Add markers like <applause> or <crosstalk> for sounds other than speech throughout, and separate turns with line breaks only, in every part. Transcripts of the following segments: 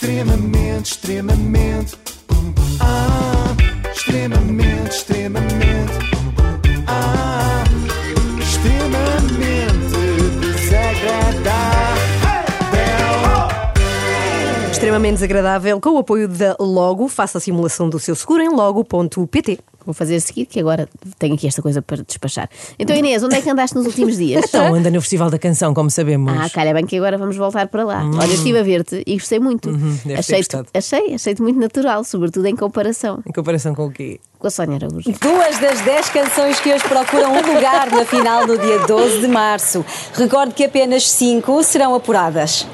Extremamente, extremamente. Ah, extremamente, extremamente. Ah, extremamente desagradável.
Extremamente desagradável, com o apoio da Logo, faça a simulação do seu seguro em logo.pt.
Vou fazer a seguir, que agora tenho aqui esta coisa para despachar. Então, Inês, onde é que andaste nos últimos dias?
Então, anda no Festival da Canção, como sabemos.
Ah,
tá.
calha bem que agora vamos voltar para lá. Olha, eu estive a ver-te e gostei muito.
Uhum, deve ter
achei-te
gostado.
achei, achei-te muito natural, sobretudo em comparação
Em comparação com o quê?
com a Sónia Araújo.
Duas das dez canções que hoje procuram um lugar na final no dia 12 de março. Recordo que apenas cinco serão apuradas.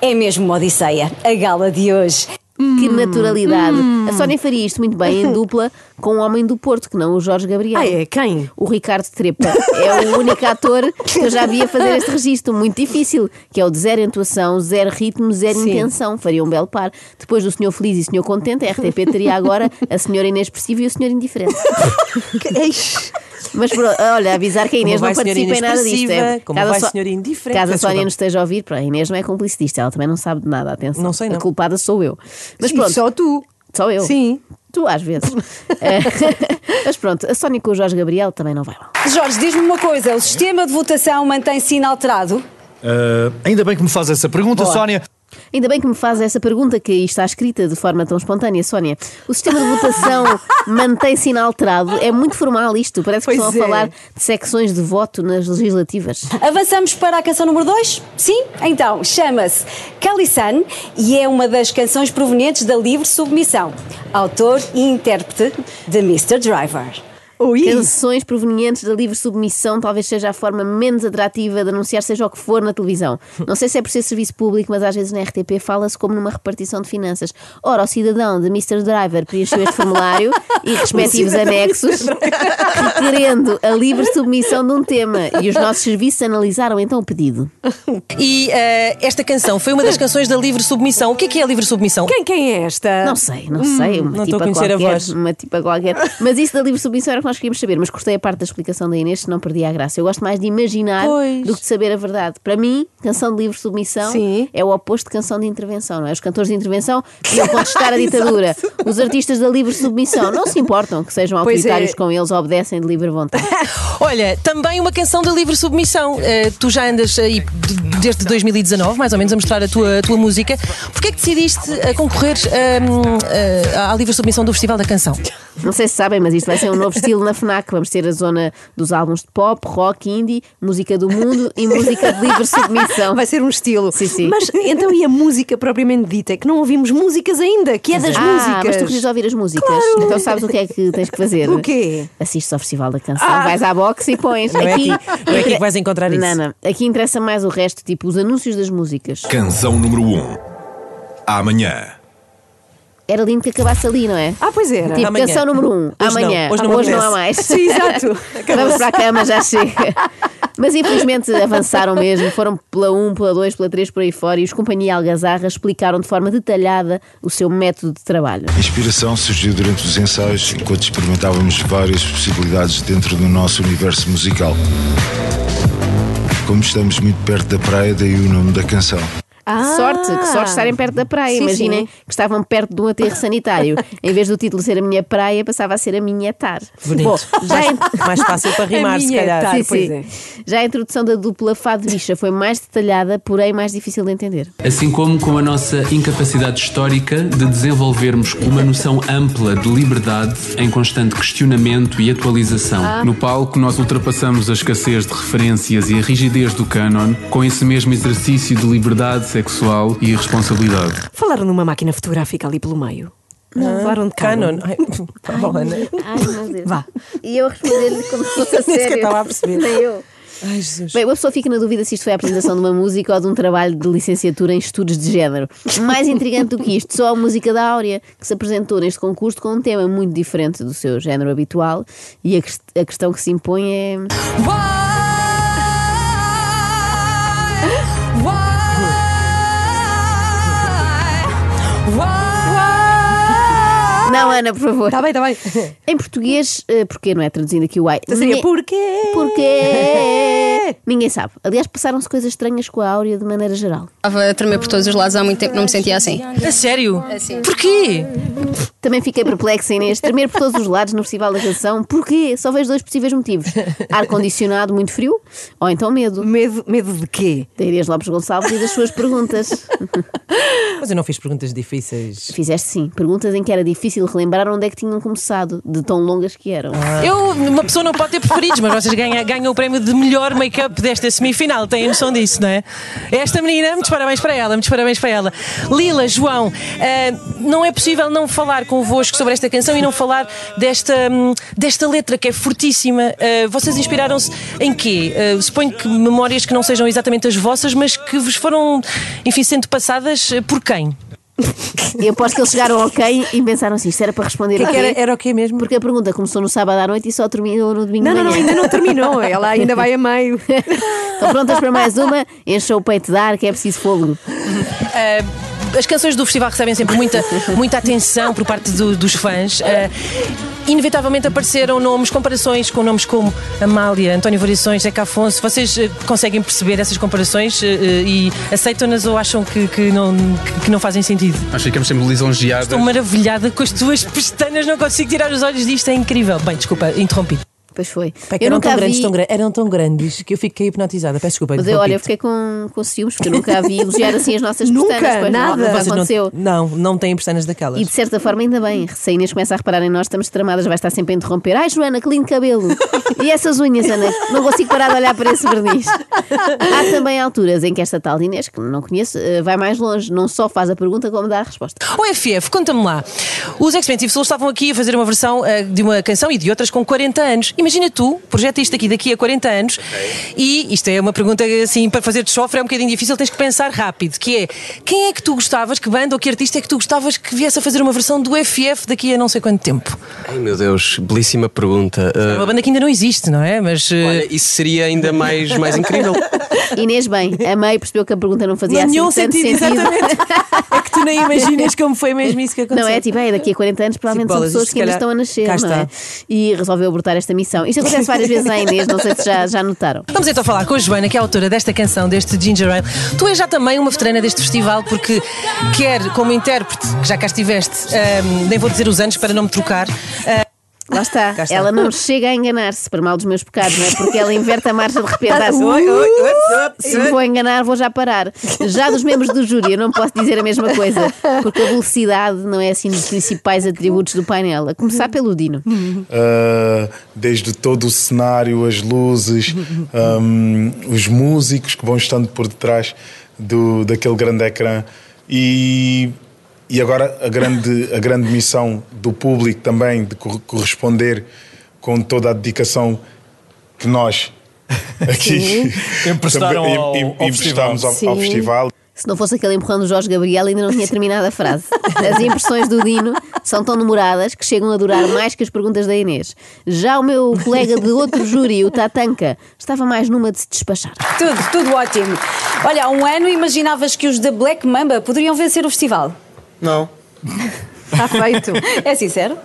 É mesmo uma odisseia, a gala de hoje.
Hum,
Que naturalidade. A Sónia faria isto muito bem
<laughs>
em dupla com um homem do Porto, que não o Jorge Gabriel.
Ah, é? Quem?
O Ricardo Trepa é o único ator que eu já vi a fazer este registro muito difícil, que é o de zero entoação, zero ritmo, zero intenção. Faria um belo par. Depois do Senhor Feliz e Senhor Contente, a RTP teria agora a Senhora Inexpressiva e o Senhor Indiferente. Mas pronto, olha, avisar que a Inês
Como vai
não
a senhora
participa em nada disto. É.
inexpressiva, como vai a senhora indiferente.
Caso a
Peço
Sónia
desculpa.
nos esteja a ouvir, pronto, a Inês não é cúmplice disto, ela também não sabe de nada, atenção.
Não sei, não.
A culpada sou eu. Mas
E
pronto,
Só tu.
só eu.
Sim.
Tu às
<laughs>
vezes. Eh, <laughs> Mas pronto, a Sónia com o Jorge Gabriel também não vai lá.
Jorge, diz-me uma coisa: o sistema de votação mantém-se inalterado?
Ah, ainda bem que me faz essa pergunta, Sónia.
Ainda bem que me faz essa pergunta que aí está escrita de forma tão espontânea, Sónia. O sistema de
<laughs>
votação mantém-se inalterado. É muito formal isto. Parece que
Pois
estão a
é.
falar de secções de voto nas legislativas.
Avançamos para a canção número 2? Sim? Então, chama-se Calisan e é uma das canções provenientes da livre submissão. Autor e intérprete de Mr. Driver.
Oi.
Canções provenientes da livre submissão talvez seja a forma menos atrativa de anunciar seja o que for na televisão. Não sei se é por ser serviço público, mas às vezes na RTP fala-se como numa repartição de finanças. Ora, o cidadão de Mr. Driver preencheu este formulário e respectivos anexos, requerendo a livre submissão de um tema. E os nossos serviços analisaram então o pedido.
E eh, esta canção foi uma
<laughs>
das canções da livre submissão. O que é que é a livre submissão?
Quem, quem é esta?
Não sei, não sei. Uma
Ah, hum, não estou
tipa
a conhecer a
qualquer,
voz.
Uma tipa qualquer. Mas isso da livre submissão era o que nós queríamos saber. Mas gostei a parte da explicação da Inês, senão perdi a graça. Eu gosto mais de imaginar
Pois.
do que de saber a verdade. Para mim, canção de livre submissão
Sim.
é o oposto de canção de intervenção, não é? Os cantores de intervenção iam contestar a
<laughs>
ditadura. Os artistas da livre submissão não se importam que sejam
Pois é.
autoritários com eles, obedecem de livre vontade.
Olha, também uma canção da livre submissão. Eh, tu já andas aí de- desde 2019, mais ou menos, a mostrar a tua, a tua música. Porquê é que decidiste eh, concorrer eh, hum, eh, à livre submissão do Festival da Canção?
Não sei se sabem, mas isto vai ser um novo estilo na FNAC. Vamos ter a zona dos álbuns de pop, rock, indie, música do mundo e música de livre submissão.
Vai ser um estilo.
Sim, sim.
Mas então e a música propriamente dita? É Que não ouvimos músicas ainda, que é das
ah,
músicas.
mas tu querias ouvir as músicas.
Claro.
Então sabes o que é que tens que
<laughs>
fazer?
O quê?
Assistes ao Festival da Canção,
Ah.
vais à box e pões.
Não é aqui- não é aqui que vais encontrar isso.
Não, não. Aqui interessa mais o resto, tipo os anúncios das músicas.
Canção número 1. Um. Amanhã.
Era lindo que acabasse ali, não é?
Ah, pois era.
Tipo,
Amanhã.
canção número 1, um,
Hoje não,
amanhã.
hoje não
há
acontece. <laughs>
mais.
Sim, exato.
Vamos para a cama, já chega. Mas infelizmente avançaram mesmo, foram pela 1, pela 2, pela 3, por aí fora, e os Companhia Algazarra explicaram de forma detalhada o seu método de trabalho.
A inspiração surgiu durante os ensaios, enquanto experimentávamos várias possibilidades dentro do nosso universo musical. Como estamos muito perto da praia, daí o nome da canção.
Ah.
Que sorte, que sorte estarem perto da praia.
Sim,
Imaginem
sim.
que estavam perto de
<laughs>
um aterro sanitário. em vez do título ser a minha praia, passava a ser a minha tar.
Bonito.
Bom, já
mais,
em- <laughs>
mais é. fácil para rimar, se
minha
calhar.
etapa.
Sim,
pois
sim. Já a introdução da dupla Fado Bicha foi mais detalhada, porém mais difícil de entender.
Assim como com a nossa incapacidade histórica de desenvolvermos uma noção ampla de liberdade em constante questionamento e atualização. No palco, nós ultrapassamos a escassez de referências e a rigidez do cânon com esse mesmo exercício de liberdade sexual e responsabilidade.
Falaram numa máquina fotográfica ali pelo meio. Não, falaram de canon.
Canon. Ai, <laughs> tá bom, Ana. <laughs>
Ai, meu Deus.
Vá.
E eu respondi-lhe
<laughs>
como se fosse a
Nem sequer
sério.
é estava a perceber.
Nem eu.
Ai, Jesus.
Bem, uma pessoa fica na dúvida se isto foi a apresentação de uma música ou de um trabalho de licenciatura em estudos de género. Mais intrigante do que isto, só a música da Áurea, que se apresentou neste concurso com um tema muito diferente do seu género habitual. E a, quest- a questão que se impõe é. Não, Ana, por favor.
Está Tá bem, está bem.
Em português, eh, porquê não é traduzindo aqui o ai?
Então seria
Ninguém-
porquê? <laughs>
Porquê? Ninguém sabe. Aliás, passaram-se coisas estranhas com a Áurea de maneira geral.
Estava a tremer por todos os lados há muito tempo, não me sentia assim.
A sério?
Assim.
Porquê?
Também fiquei perplexa, Inês. Tremer por todos os lados no Festival da Canção. Porquê? Só vejo dois possíveis motivos: ar-condicionado muito frio ou então medo.
Medo, medo de quê?
Da Inês Lopes Gonçalves e das suas perguntas.
Mas eu não fiz perguntas difíceis.
Fizeste sim. Perguntas em que era difícil relembrar onde é que tinham começado, de tão longas que eram.
Ah.
Eu, uma pessoa não pode ter preferidos, mas vocês ganha- ganham, o prémio de melhor make-up desta semifinal, têm noção disso, não é? Esta menina, muitos parabéns para ela, muitos parabéns para ela. Lila, João, eh, não é possível não falar convosco sobre esta canção e não falar desta, hum, desta letra que é fortíssima. Eh, vocês inspiraram-se em quê? Eh, suponho que memórias que não sejam exatamente as vossas, mas que vos foram, enfim, sendo passadas eh, por quem?
Eu aposto que eles chegaram ao quem e pensaram assim: isto era para
é
é
responder a quê?
o quê mesmo?
Porque a pergunta começou no sábado à noite e só terminou no domingo
Não,
de
não, não,
manhã.
ainda não terminou. Ela ainda vai a meio.
Estão prontas para mais uma? Encha o peito de ar que é preciso fogo.
Eh, as canções do festival recebem sempre <laughs> muita, muita atenção por parte do- dos fãs. Eh, inevitavelmente apareceram nomes, comparações com nomes como Amália, António Variações, Zeca Afonso. Vocês eh, conseguem perceber essas comparações eh, eh, e aceitam-nas ou acham que, que não, que- que não fazem sentido?
Nós ficamos sempre lisonjeados.
Estou maravilhada com as tuas pestanas, não consigo tirar os olhos disto, é incrível. Bem, desculpa, interrompi.
Pois foi. eu nunca vi.
eram tão grandes que eu fiquei hipnotizada. Peço desculpa,
Mas eu, olha, eu fiquei com, com ciúmes porque eu nunca a vi elogiar assim as nossas
Nunca,
pestanas. Pois
nada.
Não, nunca
Vocês
aconteceu.
não, não têm pestanas daquelas.
E de certa forma, ainda bem. Se a Inês começa a reparar em nós, estamos tramadas, vai estar sempre a interromper. Ai, Joana, que lindo cabelo! E essas unhas, Ana? Não consigo parar de olhar para esse verniz. Há também alturas em que esta tal de Inês, que não conheço, eh, vai mais longe. Não só faz a pergunta, como dá a resposta.
O FF, conta-me lá. Os Expensive Souls estavam aqui a fazer uma versão eh, de uma canção e de outras com 40 anos. Imagina tu, projeta isto aqui daqui a 40 anos e isto é uma pergunta assim para fazer de sofre é um bocadinho difícil, tens que pensar rápido, que é quem é que tu gostavas, que banda ou que artista é que tu gostavas que viesse a fazer uma versão do FF daqui a não sei quanto tempo?
Ai meu Deus, belíssima pergunta.
É
Ah,
uma banda que ainda não existe, não é? Mas eh,
olha, isso seria ainda mais,
<laughs>
mais incrível.
Inês, bem, amei, percebeu que a pergunta não fazia assim
nenhum
tanto
sentido, exatamente.
<laughs>
é que tu nem imaginas como foi mesmo isso que aconteceu.
Não é, tipo, é, daqui a 40 anos provavelmente são
Bolas,
pessoas
isto
que ainda
se
estão a
calhar-
nascer,
cá
não é? E resolveu abortar esta missão. Isto acontece várias vezes à Inês, não sei se já, já notaram.
Vamos então falar com a Joana, que é a autora desta canção, deste Ginger Ale. Tu és já também uma veterana deste festival, porque quer, como intérprete, que já cá estiveste, ahm, nem vou dizer os anos para não me trocar. ah,
Lá está.
Cá está.
Ela não chega a enganar-se, para mal dos meus pecados, não é? Porque ela inverte a marcha de repente. Dá assim,
Oi, oi, oi, oi.
Se me vou enganar, vou já parar. Já dos membros do júri, eu não posso dizer a mesma coisa, porque a velocidade não é assim dos principais atributos do painel. A começar pelo Dino.
Uh, desde todo o cenário, as luzes, um, os músicos que vão estando por detrás do, daquele grande ecrã. E, e agora a grande, a grande missão do público também de cor- corresponder com toda a dedicação que nós aqui
Emprestaram
também-
ao-
em-
ao
em- emprestamos ao- ao
Sim.
festival.
Se não fosse aquele empurrão do Jorge Gabriel, ainda não tinha terminado
<laughs>
a frase. As impressões do Dino são tão demoradas que chegam a durar mais que as perguntas da Inês. Já o meu colega de outro júri, o Tatanka, estava mais numa de se despachar.
Tudo, tudo ótimo. Olha, há um ano imaginavas que os da Black Mamba poderiam vencer o festival.
Não,
Está feito.
É sincero?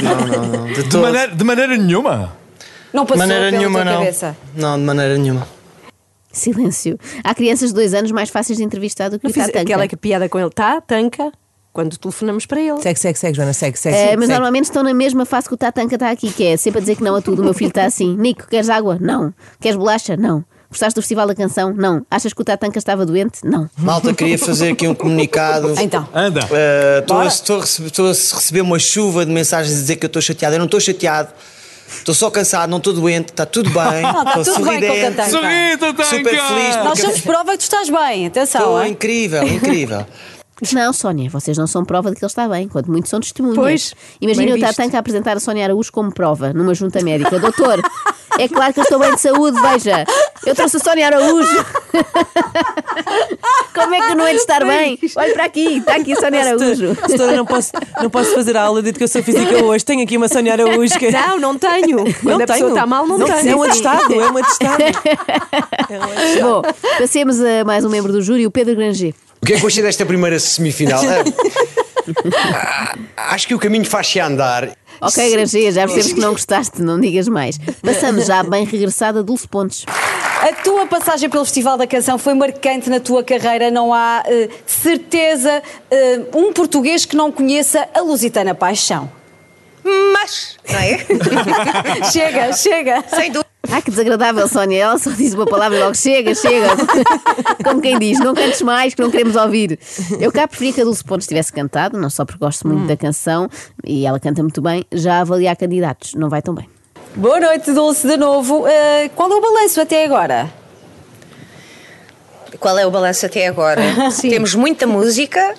não, não, não. De,
De
todo.
maneira, de maneira nenhuma.
Não
De
passou
maneira
pela
nenhuma,
tua
não.
cabeça.
Não, de maneira nenhuma.
Silêncio. Há crianças de dois anos mais fáceis de entrevistar do que
Não
o
fiz
Tatanka.
aquela que piada com ele. Tá, tanca, quando telefonamos para ele.
Segue, segue, segue, Joana, segue, segue.
É,
segue,
mas
segue.
normalmente estão na mesma fase que o Tatanka está aqui, que é sempre a dizer que não a tudo. O meu filho está assim: Nico, queres água? Não. Queres bolacha? Não. Gostaste do Festival da Canção? Não. Achas que o Tatanka estava doente? Não.
Malta, queria fazer aqui um comunicado.
Então.
Anda.
Eh, Estou a- estou a, rece- estou a receber uma chuva de mensagens a dizer que eu estou chateado. Eu não estou chateado. Estou só cansado, não estou doente,
<laughs>
está tudo bem.
Não, está Tá
estou
tudo bem com o
sorridente,
Tatanka.
Sorri, Tatanka!
Super feliz
Nós
porque
somos prova que tu estás bem, atenção.
estou
hein?
incrível, <laughs> incrível.
Não, Sónia, vocês não são prova de que ele está bem, quanto muito são testemunhas.
Pois,
Imagina
bem
o
visto.
Tatanka a apresentar a Sónia Araújo como prova numa junta médica. Doutor, é claro que eu estou bem de saúde, veja. Eu trouxe a Sónia Araújo. <laughs> Como é que eu não hei de estar bem? Olha para aqui, está aqui a Sónia Araújo.
Setora, não posso, não posso fazer a aula de educação física hoje. Tenho aqui uma Sónia Araújo. que- é
Não, não tenho. Quando
Não
a pessoa
tenho.
está mal, não, tenho.
É um atestado, é um
<laughs>
atestado.
Bom, passemos a mais um membro do um júri, o Pedro Granger.
<laughs> O que é que eu achei desta primeira semifinal? Ah, Acho que o caminho faz-se andar.
Ok, Gragia, já percebes que não gostaste, não digas mais. Passamos já à bem regressada a Dulce Pontes.
A tua passagem pelo Festival da Canção foi marcante na tua carreira. Não há eh, certeza eh, um português que não conheça a Lusitana Paixão. <laughs>
Mas, não é?
chega, chega.
Sem dúvida.
Ah, que desagradável, Sónia. Ela só diz uma palavra e logo chega, chega. Como quem diz, não cantes mais, que não queremos ouvir. Eu cá preferi que a Dulce Pontes tivesse cantado, não só porque gosto muito da canção e ela canta muito bem, já avaliar candidatos. Não vai tão bem.
Boa noite, Dulce, de novo. Eh, qual é o balanço até agora?
Qual é o balanço até agora? Temos muita música,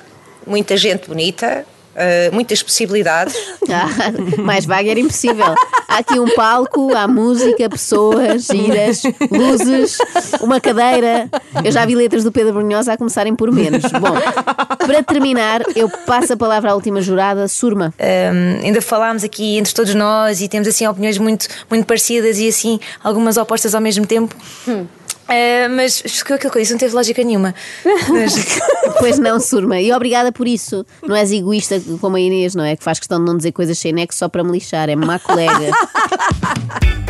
muita gente bonita, eh, muitas possibilidades.
Ah, mais vaga era impossível. Há aqui um palco, há música, pessoas, giras, luzes, uma cadeira. Eu já vi letras do Pedro Brunhosa a começarem por menos. Bom, para terminar, eu passo a palavra à última jurada, Surma.
Um, ainda falámos aqui entre todos nós e temos assim opiniões muito, muito parecidas e assim algumas opostas ao mesmo tempo. Uh, mas ficou aquilo que eu disse, não teve lógica nenhuma. Mas-
Pois não, Surma. E obrigada por isso. Não és egoísta como a Inês, não é? Que faz questão de não dizer coisas sem nexo só para me lixar. É má colega.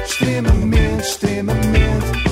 extremamente, Ah, extremamente.